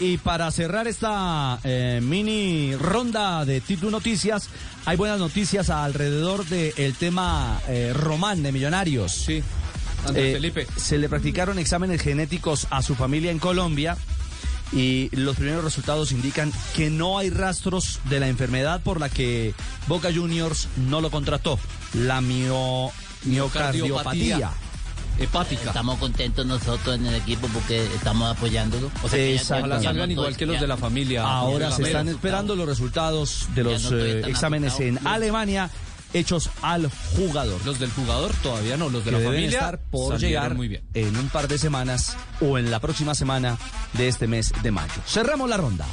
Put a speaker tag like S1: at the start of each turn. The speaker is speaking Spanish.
S1: Y para cerrar esta eh, mini ronda de Título Noticias, hay buenas noticias alrededor del tema eh, Román de Millonarios.
S2: Sí, Andrés
S1: Eh,
S2: Felipe.
S1: Se le practicaron exámenes genéticos a su familia en Colombia y los primeros resultados indican que no hay rastros de la enfermedad por la que Boca Juniors no lo contrató, la mio- miocardiopatía.
S2: Hepática.
S3: Estamos contentos nosotros en el equipo porque estamos apoyándolo. O que ya-
S1: Exacto.
S3: ya-
S2: Ojalá
S3: ya
S2: salgan
S3: no
S2: igual
S3: estoy-
S2: que los
S3: ya-
S2: de la familia.
S1: Ahora se están
S3: Resultados.
S1: esperando los resultados de
S3: Ya
S1: los
S3: no estoy
S1: eh,
S3: tan
S1: exámenes en
S3: asustado.
S1: Alemania hechos al jugador.
S2: Los del jugador todavía no, los de
S1: que
S2: la
S1: deben
S2: familia
S1: estar por
S2: salieron
S1: llegar
S2: muy bien.
S1: en un par de semanas o en la próxima semana de este mes de mayo. Cerramos la ronda.